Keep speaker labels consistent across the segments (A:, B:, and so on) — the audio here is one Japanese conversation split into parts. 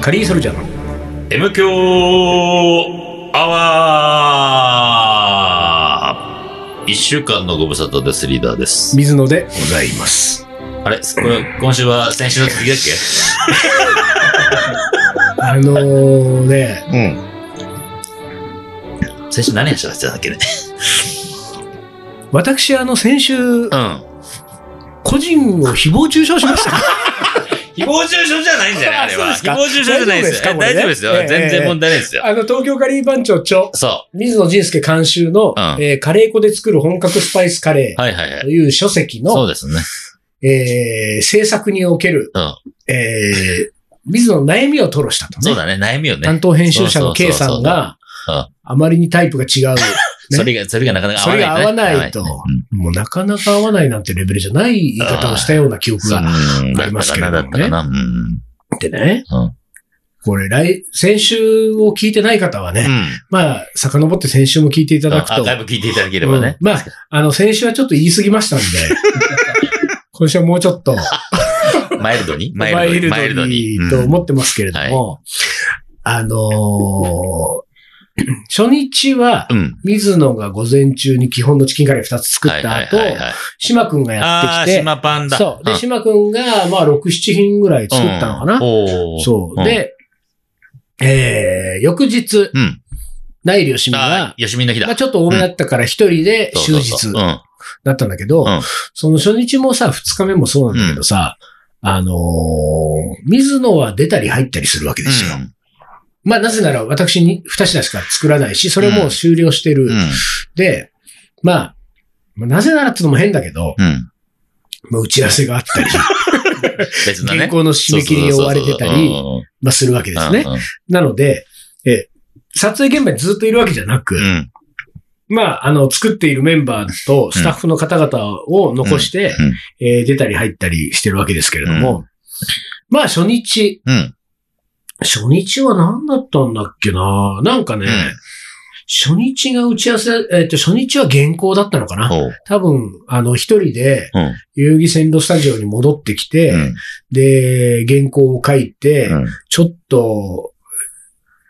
A: カリーソルジャーの
B: M 強アワー一週間のご無沙汰です、リーダーです。
A: 水野でございます
B: あれこれ今週は先週の続きだっけ
A: あのー、ね
C: うん。
B: 先週何話してたんだっけね
A: 私あの先週
B: うん。
A: 個人を誹謗中傷しました
B: 誹謗中傷じゃないんじゃないあれは。
A: あそうです
B: 誹
A: か
B: 謗中傷じゃないですよ。え
A: 大
B: 大
A: 丈
B: 丈
A: 夫
B: 夫
A: で
B: ですす
A: か
B: よ
A: これね。ええ
B: 全然問題ないですよ。
A: あの東京カリー番長著
B: そ
A: 水野仁介監修の、
B: うん
A: えーカレー粉で作る本格スパイスカレ
B: う。はいはいは
A: ー
B: い
A: と。いう書籍
B: そう
A: の、
B: ですね。
A: えー制作における、
B: うん
A: えー水野の悩みを吐露したとね。
B: そうだね、悩みよね。
A: 担当編集者の K さんが
B: そうそうそうそう、
A: あまりにタイプが違う。ね
B: それが、それがなかなか合
A: そ
B: わ
A: れ
B: ない、
A: が
B: ね。
A: 合わないと、もうなかなか合わないなんてレベルじゃない言い方をしたような記憶があ
B: うん。
A: ありますけれど
B: だっ
A: も
B: た
A: ね
B: かな、だったかな。うん。
A: ってね
B: うん。
A: これ来、先週を聞いてない方は
B: う
A: ね、
B: ん。
A: まあ、遡って先週も聞いていただく
B: あアー
A: と
B: カ、イブ聞いていただければね。
A: うんまあ、あの、先週はちょっと言い過ぎましたんで、今週はもうちょっと、
B: マイルドに
A: マ
B: マイルドに。
A: イルドに
B: マイルド
A: と
B: にうん
A: 思ってますけれども、あのー初日は、
B: うん。
A: 水野が午前中に基本のチキンカレー2つ作った後、
B: はいはいはいはい
A: 島くんがや
B: あ
A: っ
B: あ、
A: てきて、
B: 島パンだ。
A: そう。で、
B: ん
A: 島くんが、まあ、6、7品ぐらい作ったのかな。
B: おー
A: そう。
B: ん
A: で、えー、翌日、
B: うん。
A: 内良島
B: あ
A: が
B: あ、、よしみの日だ
A: まあ。ちょっと多めだったから一人で終
B: そうそう
A: 日
B: そううん。
A: だったんだけど
B: うん、
A: その初日もさ、二日目もそうなんだけどさ、あのー水野は出たり入ったりするわけですよ。まあなぜなら私に二品しか作らないし、それもう終了してる
B: うん。。
A: で、まあ、まあなぜならってのも変だけど、
B: うん。
A: まあ打ち合わせがあったり、
B: 別のね。
A: 原稿の締め切りに追われてたり、
B: で
A: まあするわけですね。。なので、えー、撮影現場にずっといるわけじゃなく、
B: うん。
A: まあ、あの、作っているメンバーとスタッフの方々を残して、
B: うん
A: えー出たり入ったりしてるわけですけれども、まあ、初日、
B: うん。
A: 初日は何だったんだっけななんかね、
B: うん
A: 初日が打ち合わせ、えっ、と、初日は原稿だったのかな
B: ほう
A: 多分、あの、一人で
B: うん。
A: 遊戯線路スタジオに戻ってきて、
B: うん
A: で、原稿を書いて、
B: うん
A: ちょっと、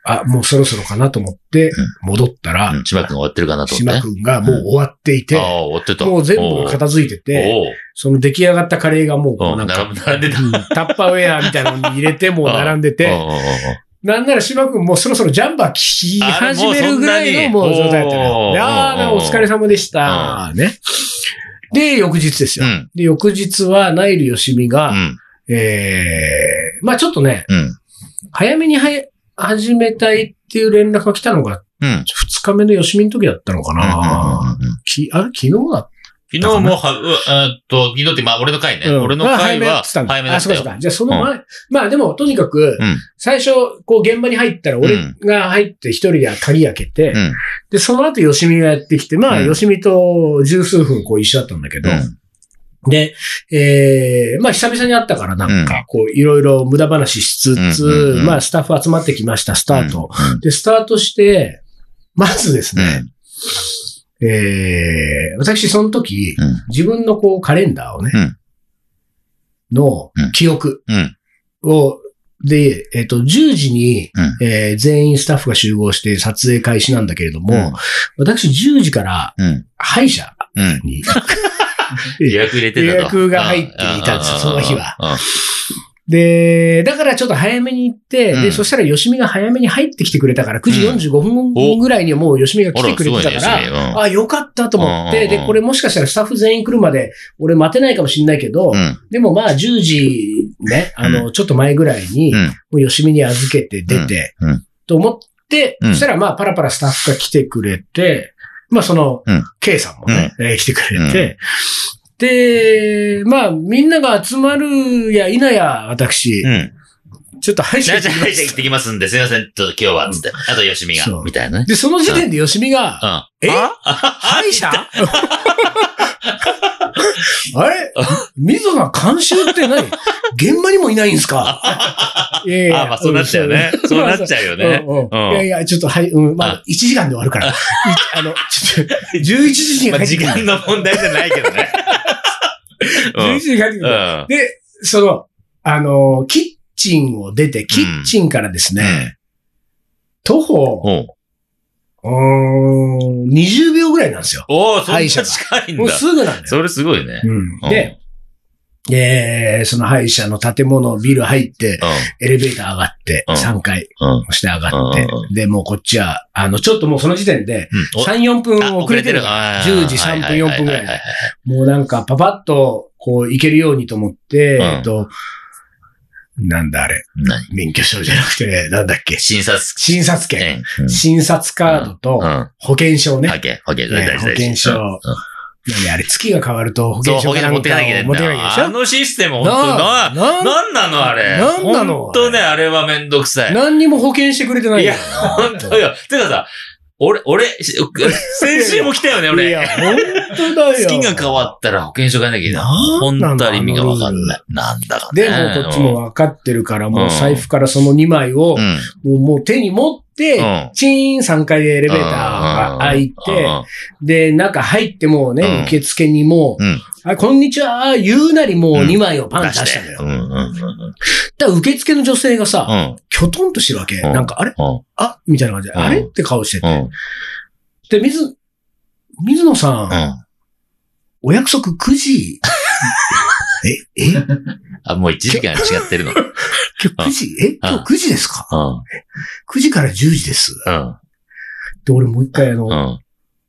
A: あ、もうそろそろかなと思って、戻ったら、
B: うん。千葉君終わってるかなと思って
A: 島
B: ね。
A: くんがもう終わっていて、
B: ああ、終わってた。
A: もう全部片付いてて、
B: おー
A: その出来上がったカレーがもう
B: お
A: こ
B: ー
A: うなんか、
B: 並ぶ並んでた
A: うんタッパーウェアみたいなのに入れて、もう並んで
B: おー
A: て、
B: おーおー
A: なんなら島くんもうそろそろジャンバー着始めるぐらいのも
B: あ
A: う
B: れもうそ
A: 状
B: んな
A: 態だっ
B: に
A: たの
B: おー
A: であーな
B: お
A: お
B: ー
A: 疲れ様でした。ね。で、翌日です
B: う
A: よ。
B: ん。
A: で、翌日はナイルよしみ
B: う
A: が、
B: ん。
A: えーまあちょっとね、
B: うん。
A: 早めにはや始めたいっていう連絡が来たのが、
B: うん。
A: 二日目のよしみの時だったのか
B: うんうん
A: な。
B: うんうん
A: きあれ昨日だっ
B: 昨日もは、うえーっと、昨日って、まあ、俺の回ね。
A: うん
B: 俺の
A: まあ早
B: 回は、
A: めだったんだ
B: 早めだ
A: あ、
B: っ
A: そう
B: た
A: かそう。
B: よ
A: か。じゃあその前、まあでも、とにかく、
B: うん
A: 最初、こう現場に入ったら、
B: う
A: 俺
B: ん
A: が入って一人で鍵開けて、
B: うん。
A: で、その後、よしみがやってきて、まあ、
B: うん
A: よしみと十数分こう一緒だったんだけど、
B: うん
A: で、えー、まあ久々に会ったからなん
B: う
A: か、こういろいろ無駄話しつつ、
B: うんうんうん
A: まあスタッフ集まってきました、スタート。
B: うん
A: で、スタートして、まずです
B: うん
A: ね、えー、私その時、
B: うん
A: 自分のこうカレンダーをね、
B: うん
A: の記憶
B: うん。
A: を、で、えっ、と、10時に、
B: う
A: えー全員スタッフが集合して撮影開始なんだけれども、
B: うん
A: 私10時から
B: うん。
A: 歯医者
B: うん。
A: に、
B: 予約入れてた
A: 予
B: と
A: 約が入っていたんですよ
B: う
A: その日は。
B: うん
A: で、だからちょっと早めに行って、
B: う
A: で、
B: ん
A: そしたら吉見が早めに入ってきてくれたから、9時45分
B: お
A: ぐらいにはもう吉見が来てくれてたか
B: あらすごいね吉見う
A: ら、
B: ん
A: あ、よかったと思っ
B: うん
A: て、
B: うんうん
A: で、これもしかしたらスタッフ全員来るまで、俺待てないかもしれないけど
B: う、ん。
A: でもまあ10時ね、あの、ちょっと前ぐらいに
B: うん、
A: もう吉見に預けて出て
B: うんうん、
A: と思って、
B: うん
A: そしたらまあパラパラスタッフが来てくれて、まあその
B: うん、
A: K さんもね、えー来てくれて、で、まあ、みんなが集まるや否や、私、
B: うん。
A: ちょっと歯医
B: じ
A: 者行
B: ゃあ、
A: って
B: じゃ
A: き
B: あ、歯
A: ま
B: 医者行
A: し
B: ってきますんで、すいません、ちょっと今日は、つって。あと、よしみが
A: そ、う
B: みたいなね
A: た。。で、その時点でよしみが、
B: うん。
A: え
B: あ
A: 歯医者 あれ溝が監修って何現場にもいないんですかいやいや
B: あ、まあ、そうなっちゃうね。そうなっちゃうよね。
A: うんうん
B: うん
A: いやいや、ちょっと、はい、うん、まあ
B: うん、
A: 1時間で終わる から。いあの、ちょっと、11時に
B: ま
A: 帰
B: あ、
A: って
B: 時
A: くる。
B: 間の問題じゃないけ どね。
A: 11時に帰ってく
B: う
A: る。
B: ん。
A: で、その、あの、キッチンを出て、キッチンからですね、徒歩、
B: うん。
A: うーん、20秒ぐらいなんですよ。
B: おお、そん
A: 歯
B: な
A: 医者が
B: 近いん
A: もう
B: だ。
A: すぐなんだよ。
B: それすごいね。
A: うん
B: うん
A: で、えーその歯医者の建物、ビル入って、エレベーター上がって、
B: うん
A: 3階、
B: うん。うん。
A: して上がって
B: う、
A: で、もうこっちは、あの、ちょっともうその時点で、
B: うんお
A: 3、4分
B: あ
A: 遅れてるから
B: あー
A: 10時3分4分ぐらい
B: はは
A: もうなんかパパッと、こう、行けるようにと思って、
B: うん
A: えっと、なんだあれ、
B: は何
A: 免許証じゃなくてね、なんだっけ、
B: 診察
A: 診察券。
B: 券。
A: 診察カード
B: うん。う
A: と
B: ん。
A: 保険証ね。
B: 保険、保険、
A: ね
B: 大事大事
A: 保険証
B: うんうん
A: なんであれ、月が変わると保
B: そう、
A: 険証
B: 保
A: か
B: 険
A: な
B: 証持
A: ん
B: って
A: かを
B: かなきゃいけ
A: 持っ
B: な
A: て
B: い
A: かな
B: ん
A: きゃいけない
B: だ。あ
A: でし
B: のシステム、
A: ょ
B: 本当な、
A: なな
B: なんなのあれ。
A: なんなの
B: 本当ね、あれはめんどくさい。
A: 何にも保険してくれてない
B: い
A: よ
B: や、本当よ。てかさ、俺、俺、し先週も来たよね、
A: い
B: 俺。
A: や、本当だよ。
B: 月が変わったら保険証がなきゃいけない。
A: なん
B: 本
A: なの
B: 当は意味がわかんない。なんだかね。
A: で、もうこっちも分かってるから、もう財布からその2枚を
B: う、ん。
A: もうもう手に持って、
B: うん
A: チーン3階でエレベーターが開い
B: うん
A: て、で、中入ってもうね、
B: うん
A: 受付にもう、
B: うん
A: あ、こんにちは、言うなりもう
B: うん
A: 2枚をパン
B: 出
A: 出し
B: したて
A: の。よ。
B: うんうんうん
A: だから受付の女性がさ、
B: うん。
A: きょとんとしてるわけ。
B: うん
A: なんか、あれ
B: うん。
A: あみたいな感じで、
B: うん
A: あれって顔して
B: うん。うん。
A: て。で、水、水野さん、お約束9時。え、え今
B: あ、もう1時間違ってるの。うん。
A: 日9時え今日9時ですか ?9 時から10時です。
B: うん。
A: で、俺もう一回あの、
B: うん。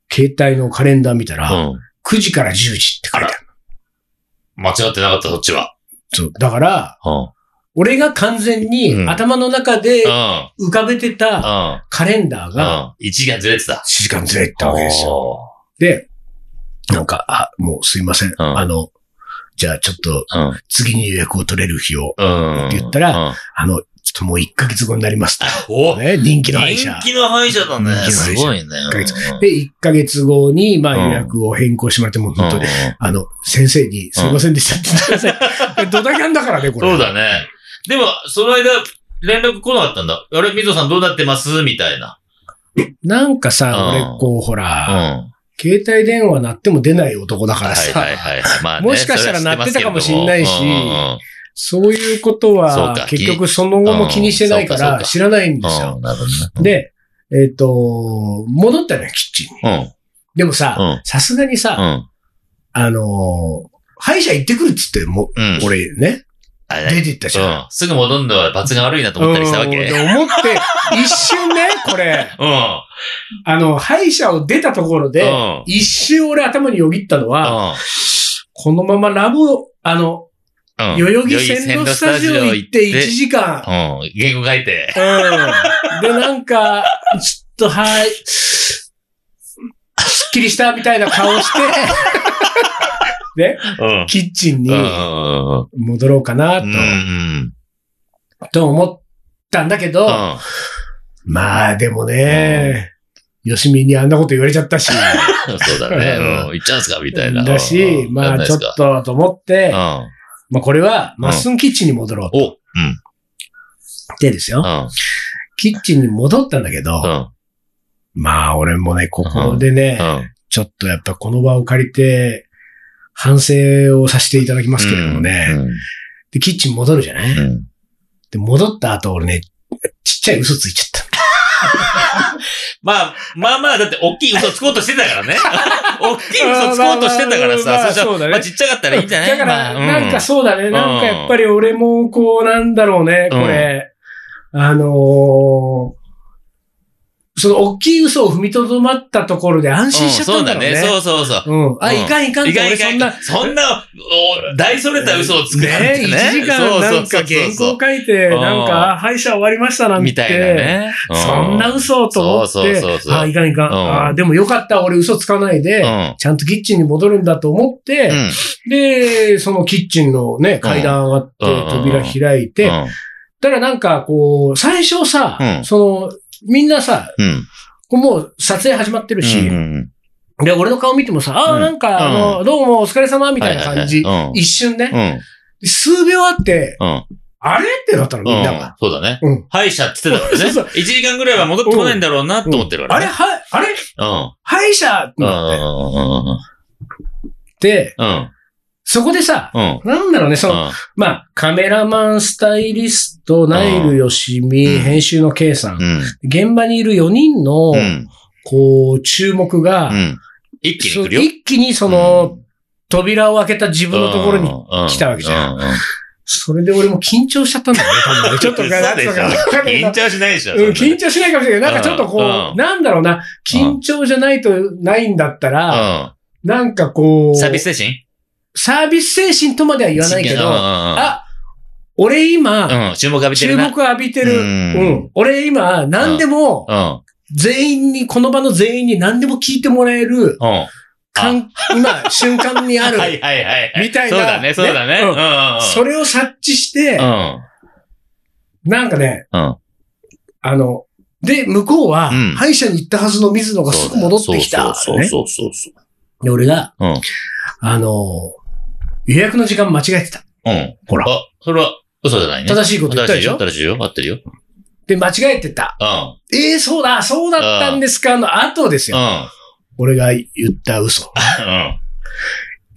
A: 携帯のカレンダー見たら、
B: うん。
A: 9時から10時って書いてある。
B: 間違ってなかった、そっちは。
A: そう。だから、
B: うん。
A: 俺が完全に
B: うん
A: 頭の中で
B: うん。
A: 浮かべてた
B: うん。
A: カレンダー
B: う
A: が
B: ん。1時間ずれてた。
A: 7時間ずれてたわけですよ。
B: よ。
A: で、なんか、あ、もうすいません。
B: うん
A: あの、じゃあちょっと
B: うん。
A: 次に予約を取れる日を、
B: うん。
A: って言ったら
B: うん、
A: あの、ちょっともう1ヶ月後になりますと。
B: お
A: ね、人気の会社
B: 人。気の歯医者だね。
A: 人気の歯
B: す
A: 医者
B: ごいね。
A: ヶ月で、1ヶ月後に、まあ予約を変更してもらって、もう
B: うん
A: 本当に、あの、先生にすいませんでしたって言ってくださ い。ドタキャンだからね、これ。
B: そうだね。でも、その間、連絡来なかったんだ。あれ、水戸さんどうなってますみたいな。
A: なんかさ、
B: うん
A: 俺、こう、ほ
B: うん。
A: ら、
B: は
A: 携帯電話鳴っても出ない男だ
B: い
A: からさ、
B: はいはいはい。まあね
A: もしかしたら鳴ってたかもしんないし
B: それは
A: そういうこと
B: そう
A: は
B: か、
A: 結局その後も気にしてないか
B: うんそうかそう
A: ら、
B: か
A: 知らないん
B: 知って
A: で
B: ます
A: すよ。
B: けれどもうんうんなるほどね
A: で、えっと、戻ったのよ、キッチンに。でもさ、さすがに
B: うん。う
A: さ、
B: ん。うん。
A: あのー、歯医者行ってくるっつって、もう、
B: うん。
A: 俺ね、
B: あれ
A: 出てったじゃん。
B: うん。すぐ戻るのは罰が悪いなと思ったりしたわけ。
A: うん
B: う
A: で
B: ん。
A: 思って、一瞬 ね、これ、あの、歯医者を出たところ
B: う
A: で、
B: ん。
A: 一瞬俺頭によぎったのは、このままラボ、あの、
B: うん。
A: 代々木線路スタジオ行って1時間。
B: うん。言語書いて。
A: うん。で、なんか、ちょっと、はい、すっきりしたみたいな顔 して、ね、
B: うん。
A: キッチンに
B: うんうんうん
A: 戻ろうかな
B: うん。うん。
A: と、と思ったんだけ
B: う
A: ど、
B: ん。
A: まあでもね、よしみにあんなこと言われちゃったし、
B: そうだね。うん。行っちゃうんすかみたいな。
A: だし、まあちょっとと思って、
B: と。
A: まあこれは、まっすんキッチンに戻ろう
B: うん。おうん。
A: ってですよ
B: う。ん。
A: キッチンに戻ったんだけど、
B: うん。
A: まあ俺もね、ここでね、
B: うん。
A: ちょっとやっぱこの場を借りて、反省をさせていただきますけれどもね。で、キッチン戻るじゃない、
B: うん。
A: で、戻った後俺ね、ちっちゃい嘘ついちゃっ
B: まあ、まあまあ、だって、大きい嘘つこうとしてた からね。大きい嘘つこうとしてたから
A: まあまあまあ
B: さ、そした
A: そうだね
B: ら、まあちっちゃかった
A: た。
B: らいいんじゃない
A: だか
B: まあ
A: ら、
B: うん
A: なんかそうだね。なんかやっぱり俺もこう、なんだろうね、これ。あのーその大きい嘘を踏みとどまったところで安心しちゃったんだろうね。
B: うんそうだね。そうそうそう。
A: うん。あ、
B: うん
A: いかんいかん
B: 意
A: と
B: 外
A: 俺そ
B: 意外
A: んな、
B: そんな、お大それた嘘をつくなん
A: ね
B: てね。
A: 1時間なんか
B: そうそうそう
A: 原
B: そう
A: 稿書いて、
B: うん
A: なんか、あ歯医者終わりましたなんて。
B: みたいなね。う
A: そんな嘘と思って、
B: そうそうそうそう
A: あ、いかんいかん。
B: うん
A: あでもよかった、俺嘘つかないで、
B: うん。
A: ちゃんとキッチンに戻るんだと思って、
B: うん。
A: で、そのキッチンのね、階段上がって、
B: うん
A: 扉開いて、
B: うん
A: たらなんかこう、最初さ、
B: うん
A: その、みんなさ、
B: うん。
A: こうもう撮影始まってるし、
B: うん
A: で、俺の顔見てもさ、あ
B: う
A: ー
B: ん
A: なんか、あの、
B: う
A: どうもお疲れ様みたいな感じ。
B: はいはいはい
A: 一瞬ね、
B: うん。うん。
A: で数秒あって、
B: うん。
A: あれってなったの、みんなが。
B: うんそうだね
A: うん。
B: 歯医者って言ってたからね。
A: そうそう
B: 1時間ぐらいは戻ってこないんだろうなと思ってるか
A: あ
B: ら
A: れ
B: ね。
A: は、あれ
B: うん。
A: 歯医者
B: うんうんうんうんうん
A: で、
B: うん。
A: そこでさ、
B: うん。
A: なんだろうね、その、
B: うん
A: まあ、カメラマン、スタイリスト、ナイル・ヨシミ、
B: うん
A: 編集の K さん、
B: うん。
A: 現場にいる4人の、
B: うん。
A: こう、注目が、
B: うん。一気に
A: そう
B: 来るよ。
A: 一気にその、扉を開けた自分のところに、
B: に
A: 来たわけじゃ
B: ん。
A: それで俺も緊張しちゃったんだよね、多分 ね。ちょっと
B: 嘘
A: なん
B: でしょ
A: とか
B: 緊張しないでしょ。
A: うん
B: そん
A: 緊張しないかもしれないけど、なんかちょっとこう、
B: うん
A: なんだろうな、緊張じゃないと、ないんだった
B: な
A: ら、
B: の
A: なんかこ
B: う
A: う、
B: ん。サービス精神
A: サービス精神とまでは言わないけ
B: うんうん
A: ど、
B: うん
A: あ、俺今、
B: うん、注目浴びて
A: 注
B: るな。
A: 目浴びて
B: う
A: る。うん
B: ん。
A: 俺今、何でも、
B: うん。
A: 全員に、この場の全員に何でも聞いてもらえる、
B: うん。
A: かん今、瞬間にある。
B: はいはいはい。
A: みたいな
B: そうだね、そうだね。
A: ねう
B: う
A: んん
B: うんうん。
A: それを察知して、
B: うん。
A: なんかね、
B: うん
A: あの、で、向こうは、
B: うん
A: 歯医者に行ったはずの水野がすぐ戻ってきた。
B: そう
A: ね
B: そうそうそう。
A: で、俺が、
B: うん
A: あの、予約の時間間違えてた。
B: うん。
A: ほら。
B: あ、それは嘘じゃないね。
A: 正しいこと言った
B: 正し
A: で
B: い
A: し
B: よ。
A: ょ
B: 正しいよ。合ってるよ。
A: で、間違えてた。
B: うん。
A: ええそうだ、そうだったんですかの後です
B: うん。
A: よ。俺が言った嘘。
B: うん。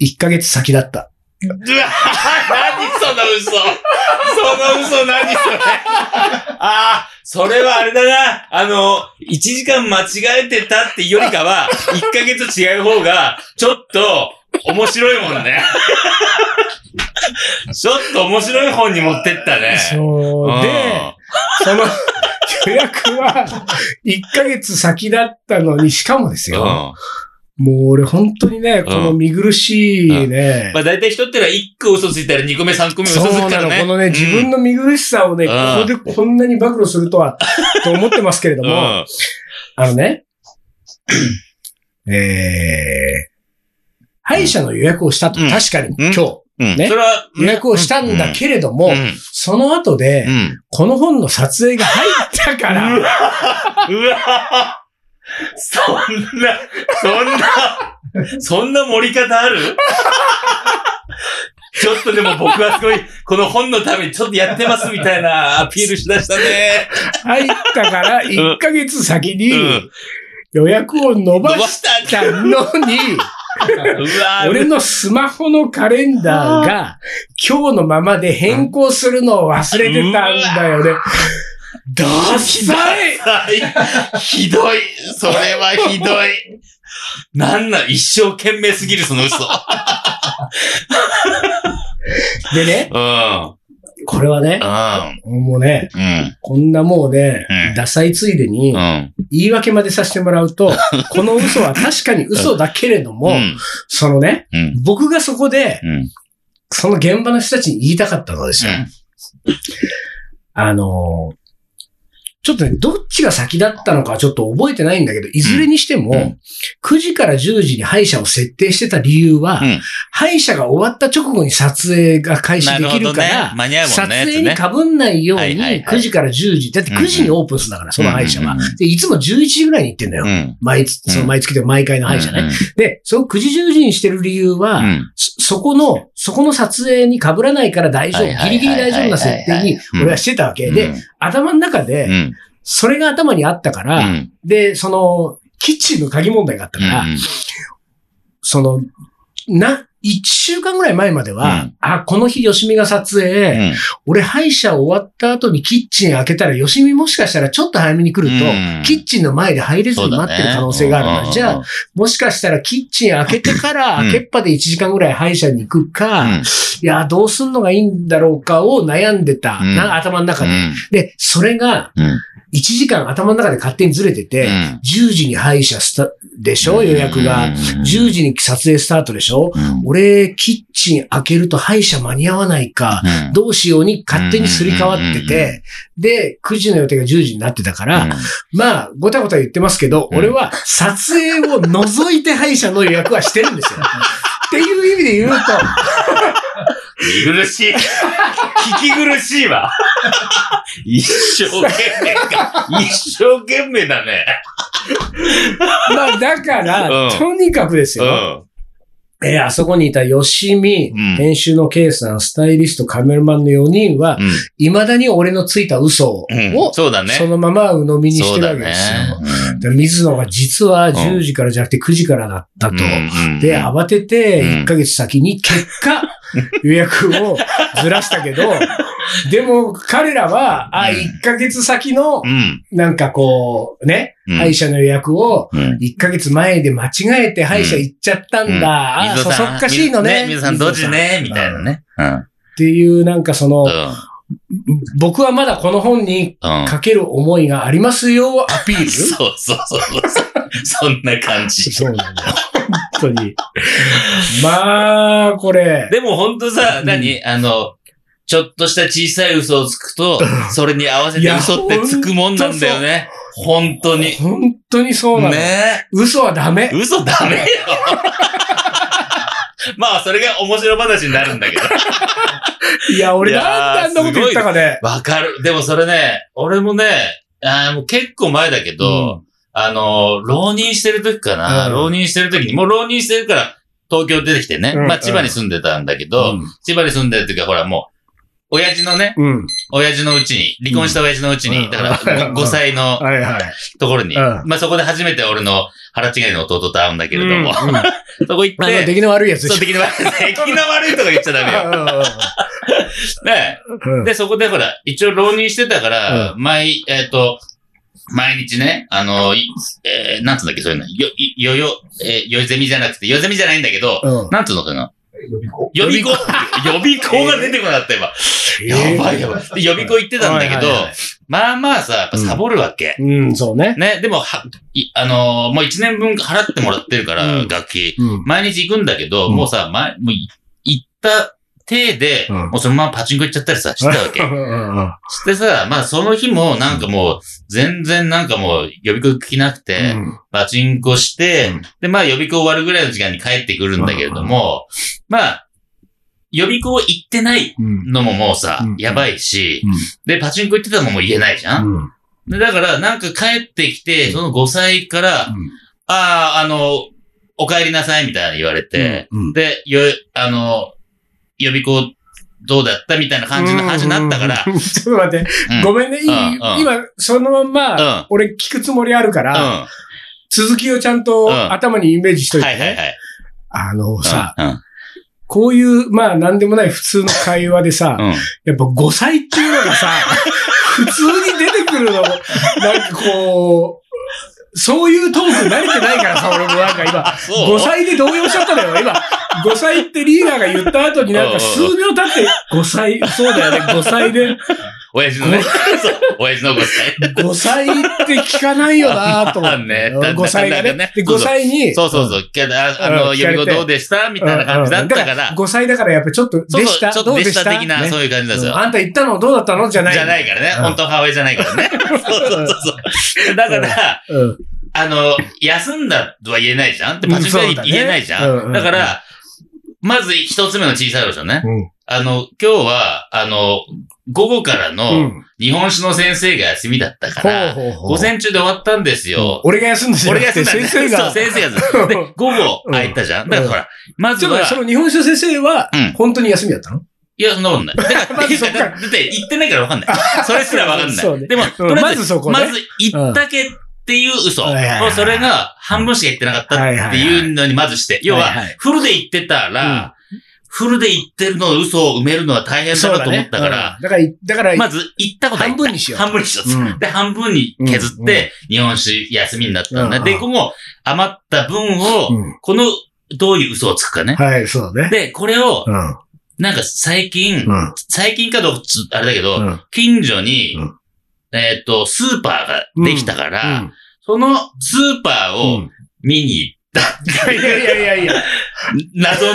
A: 1ヶ月先だった。
B: うわ何その嘘その嘘何それああ、それはあれだな。あの、1時間間違えてたってよりかは、1ヶ月違う方が、ちょっと、面白いもんね。ちょっと面白い本に持ってったね。
A: そう。で、その 予約は1ヶ月先だったのに、しかもです
B: うん。うん。
A: よ。
B: ま
A: もう俺本当にね、この見苦しいね。
B: あ大体人ってのは1個嘘ついたら2個目3個目嘘つ
A: そう
B: くか
A: な
B: ら
A: の、
B: ね。
A: このね、自分の見苦しさをね、
B: うん
A: ここでこんなに暴露すると は、と思ってますけれど
B: うん
A: も、あのね、えー、歯医者の予約をしたと、
B: うん
A: 確かに
B: うん
A: 今日
B: うん。
A: ね
B: それは、
A: 予約をしたんだけれども、
B: うん
A: その後で、
B: うん。
A: この本の撮影が入ったから、
B: うわうわそんな、そんな、そんな盛り方ある ちょっとでも僕はすごい、この本のためにちょっとやってますみたいなアピールしだしたね。
A: 入ったから、1ヶ月先
B: う
A: に
B: ん。
A: 予約を伸ば
B: 伸ば
A: し
B: したんだ
A: たのに、
B: うわ
A: 俺のスマホのカレンダーが今日のままで変更すのを忘れてたんだよね。ダサい
B: ひどい。それはひどい。なんなん、一生懸命すぎる、その嘘。
A: でね、
B: うん。
A: これはね、
B: う
A: もうね、
B: ん。
A: こんなもうね
B: うん、
A: ダサいついでに
B: う、ん。
A: 言い訳までさせてもらう と、この嘘は確かに嘘だけれども、そのね、
B: うん。
A: 僕がそこで、
B: うん。
A: その現場の人たちに言いたかったのですよ。あのーちょっとね、どっちが先だったのかはちょっと覚えてないんだけど、いずれにしても、
B: うん
A: 9時から10時に歯医者を設定してた理由は、
B: うん
A: 歯医者が終わった直後に撮影が開始できるから、
B: 間に合うも
A: 撮
B: んね。
A: 影にかぶんないように、
B: はいはいはい
A: 9時から10時、だって9時にオープンするんだから、その歯医者は、
B: うんうんうん
A: で。いつも11時ぐらいに行ってんだよ。
B: うん。
A: 毎月、その毎月で毎回の歯医者ね。
B: うん
A: で、その9時10時にしてる理由は、
B: うん
A: そ、そこの、そこの撮影に被らないから大丈夫、
B: はいはい
A: ギリギリ大丈夫な設定に
B: うん
A: 俺はしてたわけで、頭の中
B: う
A: で、
B: ん。
A: それが頭にあったから、
B: うん
A: で、その、キッチンの鍵問題があったから、その、な、一週間ぐらい前までは、
B: うん
A: あ、この日、よしみが撮
B: う
A: 影、
B: ん
A: 俺、歯医者終わった後にキッチン開けたら、よしみもしかしたらちょっと早めに来ると、
B: うん
A: キッチンの前で入れず
B: そう
A: に
B: だ
A: 待
B: ね
A: ってる可能性があるな。じゃ
B: う
A: あ
B: ん、
A: もしかしたらキッチン開けてから、
B: うん
A: 開けっぱで1時間ぐらい歯医者に行くか、
B: う
A: い
B: ん
A: や、どうすんのがいいんだろうかを悩んでた、
B: うん
A: な頭の中で。で、それが、
B: うんうん
A: 1時間頭の中で勝手にずれてて、
B: うん
A: 10時に歯医者スタ、でしょ予約
B: う
A: が
B: ん。
A: 10時に撮影スタートでしょ
B: うん
A: 俺、キッチン開けると歯医者間に合わないか、
B: うん
A: どうしように勝手にすり替わってて、で、9時の予定が10時になってたから、まあ、ごたごた言ってますけど、
B: うん
A: 俺は撮影を除いて歯医者の予約はしてるんです よ。っていう意味で言うと、
B: 見苦しい。聞き苦しいわ。一生懸命か。一生懸命だね。
A: まあだから、
B: うん
A: とにかくです
B: う
A: よ、
B: ん。
A: えーあそこにいた吉見、
B: うん
A: 編集の K さん、スタイリスト、カメラマンの4人は、
B: うん
A: 未だに俺のついた嘘を、
B: うん。そうだね。
A: そのまま鵜呑みにし
B: そう
A: てる
B: だ
A: わけ
B: ね
A: ですよ。。で水野が実は10時からじゃなくて9時からだったと。
B: うん
A: で、慌てて
B: うん
A: 1ヶ月先に結果、予約をずらしたけ ど、でも彼らは、あ、
B: うん
A: 1ヶ月先の
B: う、ん。
A: なんかこう、ね、
B: うん
A: 歯医者の予約を、
B: うん
A: 1ヶ月前で間違えて歯医者行っちゃったんだ。あ、
B: 水
A: そ
B: 野
A: そ
B: さん
A: っかしいのね。
B: 水野さん、どっち
A: 水野さんっ
B: ねみたいなね。うん。
A: ていう、なんかその
B: う、ん
A: 僕はまだこの本に
B: うん。
A: かける思いがありますよ、アピール
B: そうそうそうそう。そんな感じ。
A: そうなんだよ。本当に。まあ、これ。
B: でもほんとさ
A: う、ん
B: 何あの、ちょっとした小さい嘘をつくと、それに合わせ
A: い
B: て
A: や
B: 嘘ってつくもんなんだよね。本当に。
A: 本当にそうなの。
B: ね
A: 嘘はダメ
B: え。。嘘ダメよ。まあ、それが面白話になるんだけど。
A: いや、俺
B: いやー
A: なんであんなこと言ったかね。
B: わかる。でもそれね、俺もね、あーもう結構前だけど、あのー、浪人してる時かな、
A: うん
B: 浪人してる時に、もう浪人してるから、東京出てきてね、
A: うん
B: まあ千葉に住んでたんだけど、千葉に住んでる時はほらもう、親父のね、
A: うん。うん。
B: 親父のうちに、離婚した親父のうちに、
A: うん
B: だか
A: う
B: ら
A: ん
B: ご5歳の
A: はいはい。
B: ところに、
A: うん
B: まあそこで初めて俺の腹違いの弟と会うんだけれども、
A: うんうんあ
B: そこ行っ
A: の、
B: て、
A: 出来の悪いやつで
B: そう、
A: しょ。
B: 出来の悪い、出来の悪いとか言っちゃダ メよ。ね
A: うんうんうん
B: で、そこでほら、一応浪人してたから、毎、えっ、と、毎日ね、あの、いえーなんつうんだっけ、そういうの、よ、いよよ、えーよゼミじゃなくて、よゼミじゃないんだけど、
A: うん
B: なんつうのかな
A: 予
B: 予
A: 備
B: 備
A: 校
B: 校 予備校が出てこなかった、今。やばいやばい。で予備校行ってたんだけど
A: はいはいはい、
B: まあまあさ、やっぱサボるわけ。
A: うん、そうね。
B: ね、でも、は、いあのーもう一年分払ってもらってるから、
A: うん
B: 楽器。
A: うん。
B: 毎日行くんだけど、
A: うん
B: もうさ、前、もうい、行った手で、
A: うん
B: もうそのままパチンコ行っちゃったりさ、してたわけ
A: う。んうんうん
B: してさ、まあその日もなんかもう、全然なんかもう予備校来なくて、パチンコして、
A: うん
B: でまあ予備校終わるぐらいの時間に帰ってくるんだけれども、まあ、予備校行ってない
A: うん。
B: のももうさ、
A: うん
B: やばいし、
A: うん
B: で、パチンコ行ってたのももう言えないじゃん、
A: うん。うん
B: でだからなんか帰ってきて、その5歳から、ああ、あの、お帰りなさいみたいに言われて、
A: うん
B: で、よ、あの、予備校どうだったみたいな感じの話になったから、
A: うん。ちょっと待って。
B: うん
A: ごめんね。いい
B: うんうん
A: 今、そのまんま、
B: うん
A: 俺聞くつもりあるから、
B: うん
A: 続きをちゃん
B: う
A: と
B: ん
A: 頭にイメージしといて
B: はいはい
A: ね。
B: はい。
A: あのさ、
B: うん、
A: こういう、まあなんでもない普通の会話でさ、
B: うん。
A: やっぱ5歳っていうのが さ、普通に出てくるの、なんかこう、そういうトーク慣れてないからさ、俺もなんか今、
B: そ
A: 5
B: う
A: 歳で動揺しちゃったのよ、今。5歳ってリーダーが言った後になんか数秒経って、5歳、そうだよね、5歳で、
B: 親父のね。そう。親父の5歳。
A: 5歳って聞かないよなと思っ
B: ね
A: て。
B: だんだん
A: 5歳が
B: だ
A: ね。
B: んだんね
A: で、5歳に、
B: そうそうそう。けど、ああの、
A: うん
B: 予備校どうでしたみたいな感じだったか
A: うん
B: ら。
A: 5歳だからやっぱちょっと、
B: そう
A: でし
B: そう、
A: た、
B: ちょっ
A: ど
B: と
A: う
B: で
A: で
B: した
A: した
B: 的な、
A: ね
B: そういう感じなんです
A: うん
B: よ。
A: あんた行ったのどうだったのじゃない。
B: じゃないからね。
A: うん
B: 本当母親じゃないからね。そうそうそうそう。だから、
A: うん。
B: あの、休んだとは言えないじゃんってパチンコ
A: うんそう
B: は
A: だね
B: 言えないじゃ
A: うんうん
B: んだから、まず一つ目の小さいでしょね。
A: うん
B: あの、今日は、あの、午後からの日本史の先生が休みだったから、
A: ほうほうほう
B: 午前中で終わったんですよ。
A: 俺が休んだじゃな
B: 俺が
A: く
B: 休
A: て
B: んだんだ
A: 先
B: よ
A: 生が。
B: そう、先生が休んだ。で、午後空いたじゃん。だからほら、まず
A: ちょっと
B: は
A: 待って、その日本史の先生は
B: うん、
A: 本当に休みだったの
B: いや、そんなことない。だから、
A: まずそっから
B: だって言ってないからわかんない。それすらわかんな
A: そうね
B: い。でも、とりあえ
A: ま
B: ず
A: ずそこね
B: まず言ったけっていう嘘。
A: うんはいはいはい
B: もうそれが半分しか言ってなかったっていうのにまずして。要
A: はい
B: は
A: はい、
B: フルで言ってたら、フルで言ってるのを嘘を埋めるのは大変だなと思ったから、
A: うんだから、だから、
B: まず言ったことは言
A: 半
B: った
A: 分にしよう
B: 半分にしよ
A: う
B: う。
A: ん
B: で、半分に削って、日本史休みになったん
A: う
B: だ。
A: ん
B: で、ここも余った分を、
A: うん
B: この、どういう嘘をつくかね。
A: はい、そうだね。
B: で、これを
A: う、ん。
B: なんか最近、
A: うん。
B: 最近かどうかちょっとあれだけど、
A: うん
B: 近所に、
A: うん
B: えっ、と、スーパーができたから、そのスーパー
A: う
B: を
A: ん
B: 見に行ったって
A: い
B: いう、
A: やいやいやいや、
B: 謎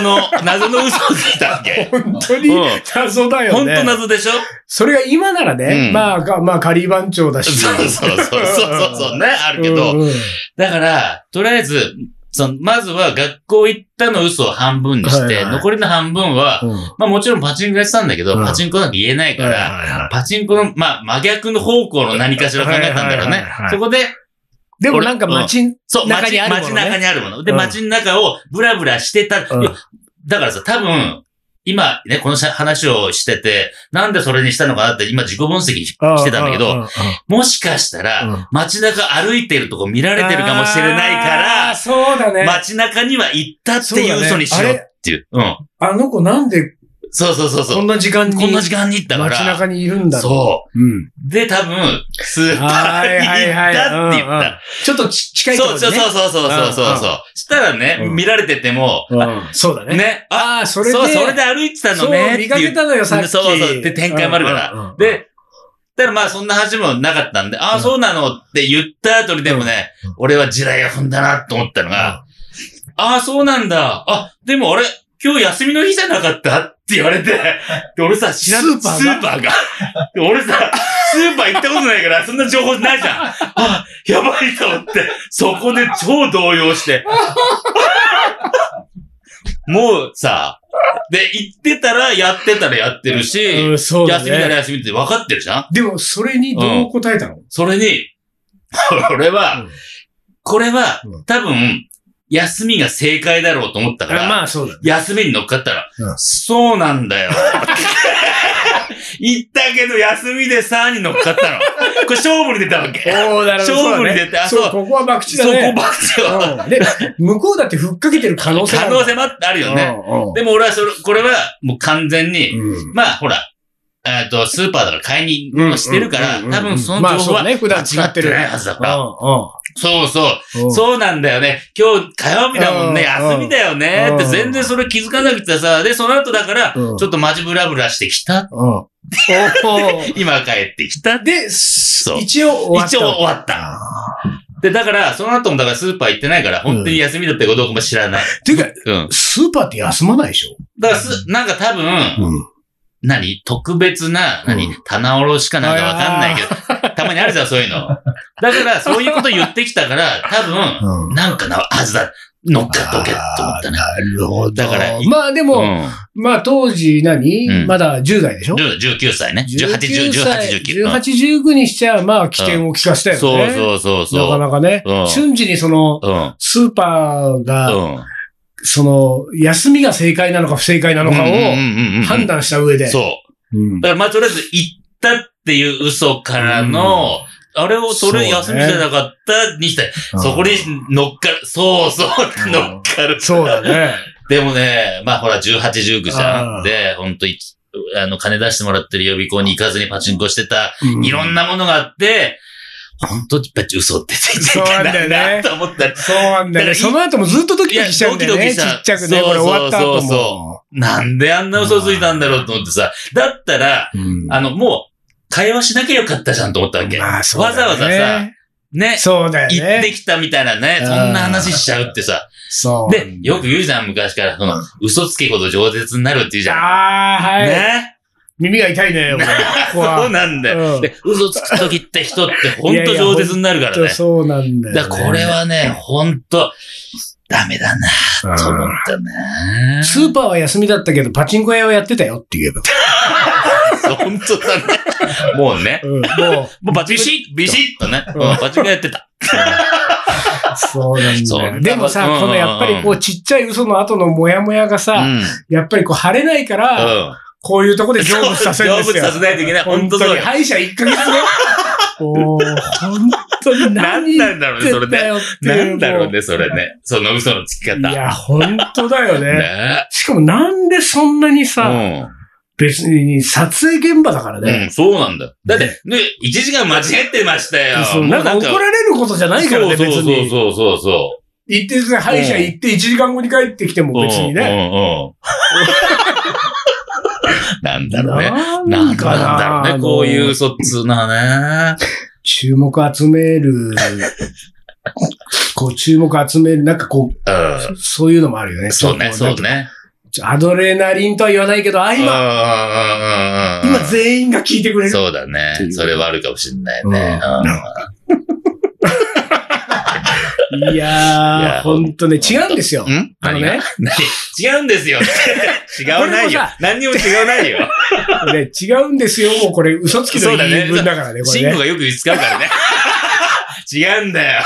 B: の、謎の嘘をついたわけ。
A: 本当
B: う
A: に
B: ん
A: 謎だよ
B: 本
A: ね。
B: 当謎でしょ
A: それが今ならね
B: う、ん
A: まあか、まあ、仮番長だ
B: そ
A: し。
B: うそうそうそうそうそうね、あるけ
A: う
B: ど。
A: んうん
B: だから、とりあえず、その、まずは学校行ったの嘘を半分にして、
A: はいはい
B: 残りの半分は、
A: うん
B: まあもちろんパチンコやってたんだけど、
A: うん
B: パチンコなんて言えないから、
A: はいはいはい
B: パチンコの、まあ、真逆の方向の何かしらを考えたん
A: は
B: だろう
A: いはい
B: ね
A: はいは。い
B: そこで、
A: でもなんか街、
B: そう、
A: 中
B: 街
A: にあるものね
B: 街中にあるもの。で、
A: うん
B: 街の中をブラブラしてた。
A: うん
B: いやだからさ、多分、今ね、このしゃ話をしてて、なんでそれにしたのかなって今自己分析してたんだけ
A: う
B: ど、
A: う
B: もしかしたら、
A: うん
B: 街中歩いてるとこ見られてるかもしれない
A: あー
B: から、
A: そうだね。
B: 街中には行ったって
A: そう
B: い
A: だ
B: う
A: ね
B: 嘘にしようっていう。うん。
A: あの子なんで
B: そうそうそうそ
A: こ
B: う。
A: んな時間に
B: こんな時
A: 街
B: 間に行ったから。
A: 中にいるんだろ。
B: そう
A: うん。
B: う。で、多分、スーパーに行ったって言った。
A: ちょっとち近いとこ
B: そ
A: ろ
B: う
A: に
B: そ
A: ね。
B: うそうそうそうそうそう
A: うんう
B: そう。したらね、
A: うん
B: 見られてても、
A: うんそうだね。
B: ね、あ、
A: ああ、そ
B: そ
A: れで。
B: う、それで歩いてた
A: そ
B: の
A: う
B: ね。
A: 見かけ
B: っていう
A: たのよ、さっき。
B: そうそうで展開もあるから
A: うんうんうん、
B: で、だからまあそんな話もなかったんで、
A: う
B: ああ、
A: ん
B: そうなのって言った後にでもね
A: うん、
B: 俺は地雷を踏んだなと思った
A: う
B: の
A: ん
B: が、ああ、そうなんだ。あ、でもあれ、今日休みの日じゃなかったって言われて、で俺さ、知ら
A: スーパーが
B: スーパーが。で俺さ、スーパー行ったことないから、そんな情報ないじゃん。あ、やばいと思って、そこで超動揺して。もうさ、で、行ってたらやってたらやってるし、
A: うん、そうだ
B: 休みなら
A: ね。
B: 休みって分かってるじゃん
A: でも、それにどう答えたの
B: それに、 俺は、
A: うん
B: これは
A: う、
B: 多分、休みが正解だろうと思ったから、
A: まあ、そうだね。
B: 休みに乗っかったら、
A: うん
B: そうなんだよ。 言ったけど、休みでさに乗っかっ たの。これ勝負に出たわけ。
A: おー、なるほど。
B: 勝負に
A: そうだ
B: 出てあ
A: ねそう、
B: そう
A: ここは博打
B: そこ
A: だね。
B: ばっちは。
A: うんで、向こうだってふっかけてる可能性
B: 可能性もあるよね。
A: ね。
B: でも俺はそれ、これはもう完全に、
A: うん
B: まあほら、えっと、スーパーだから買いにもしてるから、
A: うんうんうん
B: 多分その情報
A: まあそ
B: は
A: うね
B: 間
A: 普段使
B: 違
A: っ
B: ってて
A: る
B: ないはずだから。
A: う
B: そうそう。
A: んうん
B: そうなんだよね。今日火曜日だもんね。
A: うん
B: 休みだよね。って
A: うん
B: 全然それ気づかなくてさ。で、その後だから、ち
A: う
B: ょ
A: ん
B: っと街ブラブラしてきた。
A: うん。おー
B: 今帰ってきた。
A: で、
B: そう
A: 一応終わった。
B: 一応終わった。で、だから、その後もだからスーパー行ってないから、本当に休みだったかどうかも知らない。
A: ていうか、
B: うん。
A: スーパーって休まないでしょ
B: だからす、なんか多分、
A: うん。
B: 何特別
A: う
B: な、何
A: ん
B: 棚卸しかなんかわかんないけど、たまにあるじゃん、そういうの。だから、そういうこと言ってきたから、多分、
A: うん。
B: なんかなはずだ。乗っかっとけと思ったね。
A: あーなるほど。
B: だから
A: まあでも、
B: うん
A: まあ当時何、
B: うん
A: まだ10代でしょ
B: 19歳ね。18、19、18、19。うん
A: 18、19にしちゃ、まあ、起点を利かせたよね。
B: そうそうそうそう。
A: なかなかね。
B: うん
A: 瞬時にその、
B: うん。
A: スーパーが、
B: うん。
A: その、休みが正解なのか不正解なのか
B: うんうん
A: を
B: うんうん
A: 判断した上で。
B: そう。
A: うん
B: だからまあとりあえず行ったっていう嘘からの、あれをそれ
A: そ
B: 休
A: う
B: み
A: ね
B: じゃなかったにしたい。 そ,、こに乗っかる。そうそう
A: う、ん
B: 乗っかる。
A: そうだ ね。
B: でもね、まあほら18、19じゃ
A: あー
B: ん。で、ほんといあの、金出してもらってる予備校に行かずにパチンコしてた、
A: うん
B: いろんなものがあって、ほんと、やっぱり嘘ってついちゃいけないなと思ったり
A: そうなんだよね。
B: だから
A: その後もずっとドキドキしちゃうんだよ
B: い
A: ね。
B: や
A: ち
B: ドキドキした
A: っちゃくね、これ終わった後
B: そうそう
A: も
B: そ。なんであんな嘘ついたんだろうと思ってさ、だったら、
A: うん
B: あの、もう、会話しなきゃよかったじゃんと思ったわけ。
A: まあそうだ
B: わ
A: よ
B: ざ
A: ね
B: わざさ、ね、
A: そうだよ
B: 行って
A: ね。
B: きたみたいなね、
A: うん
B: そんな話しちゃうってさ。
A: そう。
B: で、よく言うじゃん、昔から、その、嘘つけほど饒舌になるって言うじゃん。
A: ああ、はい。
B: ね。
A: 耳が痛いね、もう ここ
B: そう
A: は。
B: なんだ
A: うん
B: よ。で、嘘つくときって人ってほん
A: いや
B: と
A: いや
B: 饒舌になるからね。
A: そうなんだよ、ね。
B: だからこれはね、ほんと、ダメだなと思ったね。
A: スーパーは休みだったけど、パチンコ屋をやってたよって言えば。
B: 本当だ ね。もうね。
A: うん、もう、
B: もうバチビシッ、ビシッとね。
A: うん
B: うんバチコやってた。
A: そうなん
B: そう
A: だ
B: な
A: よ。
B: んだ
A: でもさ、
B: うん
A: このやっぱりこう、ちっちゃい嘘の後のモヤモヤが
B: う
A: さ、
B: ん。
A: やっぱりこう、晴れないから、
B: うん。
A: こういうとこで成仏させるんですよ。
B: 成仏させないといけない
A: 本
B: 本
A: 当
B: 当そうよ
A: に。歯医者1ヶ月後。 おー、本当に何言
B: な
A: っ
B: んだろうね、
A: て
B: それ
A: んだ
B: ね。
A: よって
B: ないんだろうね、それね。その嘘のつき方。
A: もういや、本当だよね。
B: ね。
A: しかもなんでそんなにさ、別に撮影現場だから
B: うん。う
A: ね。
B: ん、そうなんだよ。だって、ね、1時間間違ってましたよ。
A: そう
B: も
A: な
B: うん
A: か怒られることじゃないからね、別
B: そうそうそう
A: に。
B: そうそうそ
A: 行ってさ、歯医者行って1時間後に帰ってきても
B: う。
A: 別にね。
B: ね。 なんだろうね。な
A: なん
B: んかなんだろうね、こういう嘘っつうのはね。
A: 注目集める、 こう注目集める、なんかこう、
B: う
A: そういうのもあるよね。
B: ん。そうね、
A: ちょ
B: そ
A: っ
B: う
A: と
B: ね。
A: アドレナリンとは言わないけど、あ、今、
B: 今
A: 今全員が聞いてくれる。
B: そうだね
A: っていう。
B: それはあるかもしれないね。
A: うん
B: うん
A: い
B: い
A: やー、
B: や
A: ほんとね、違うんですよ。
B: ん
A: あの
B: 何が
A: ね、
B: 何違うん ですよ。違うな
A: これも
B: いよ
A: さ。
B: 何にも違 うないよ。
A: ね違うんですよ。もうこれ嘘つきの言い分だからね、こ
B: 慎
A: れ
B: 吾
A: ね。
B: がよく使うからね。
D: 違うんだよ。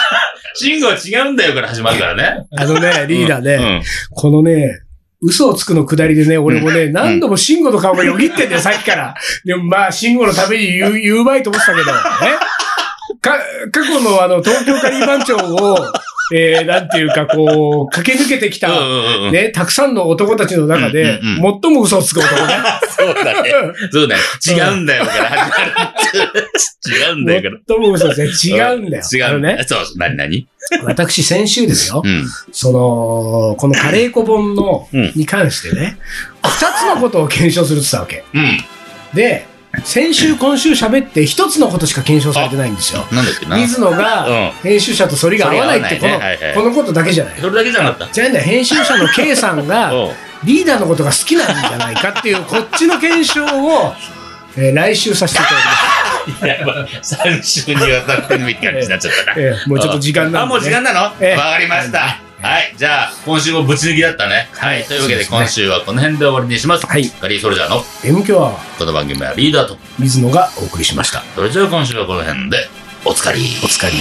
D: 慎吾は違うんだよから始まるからね。
A: あのね、リーダーね、
D: うん。
A: このね、嘘をつくのくだりでね、俺もね、何度も慎吾の顔がよぎっ てんだよ、さっきから。でもまあ、慎吾のために言う、言うまいと思ってたけど、ね。か、過去のあの、東京カリー番長を、えー、なんていうか、こう、駆け抜けてき
D: う
A: た、
D: んうんうん。
A: ね、たくさんの男たちの中で、
B: うんうん
A: 最も嘘をつく男ね。
D: そうだね。そうだね。違うんだよから始まる。違 うんだよから。
A: 最も嘘をつく。違うんだよ。あ
D: 違
A: の
D: うんだ
A: ね
D: よ。。そう、なになに
A: 私、先週ですよ
B: う。ん。
A: その、このカレー粉本の、
B: うん
A: に関してね、二つのことを検証するって言ってたわけ。
B: うん。
A: で、先週、今週喋って、一つのことしか検証されてないんですよ。
B: なんだっけな。
A: 水野
B: う
A: が、
B: ん。
A: 編集者と反りが合わないって、
B: 反り
A: こ
B: が合
A: の
B: わないねはいはい、
A: このことだけじゃない。
B: それだけじゃなかっ
A: じゃあね、編集者の K さん
D: う
A: が、
D: ん
A: リーダーのことが好きなんじゃないかっていう、こっちの検証を、えー来週させていただきます。
B: た。やばい。3週にわたってみたいな感じになっちゃったな。
A: えーもうちょっと時間
B: あ、
A: なんで、ね。
B: もう時間なのわ
A: ええ
B: かりました。はい。じゃあ、今週もぶち抜きだったね。はい。という
A: そう
B: わけで、
A: ですね
B: 今週はこの辺で終わりにします。
A: はい
B: ガリーソルジャーの
A: M 響は、
B: この番組はリーダーと。
A: 水野がお送りしました。
B: それじゃあ今週はこの辺で、おつかり。おつかり。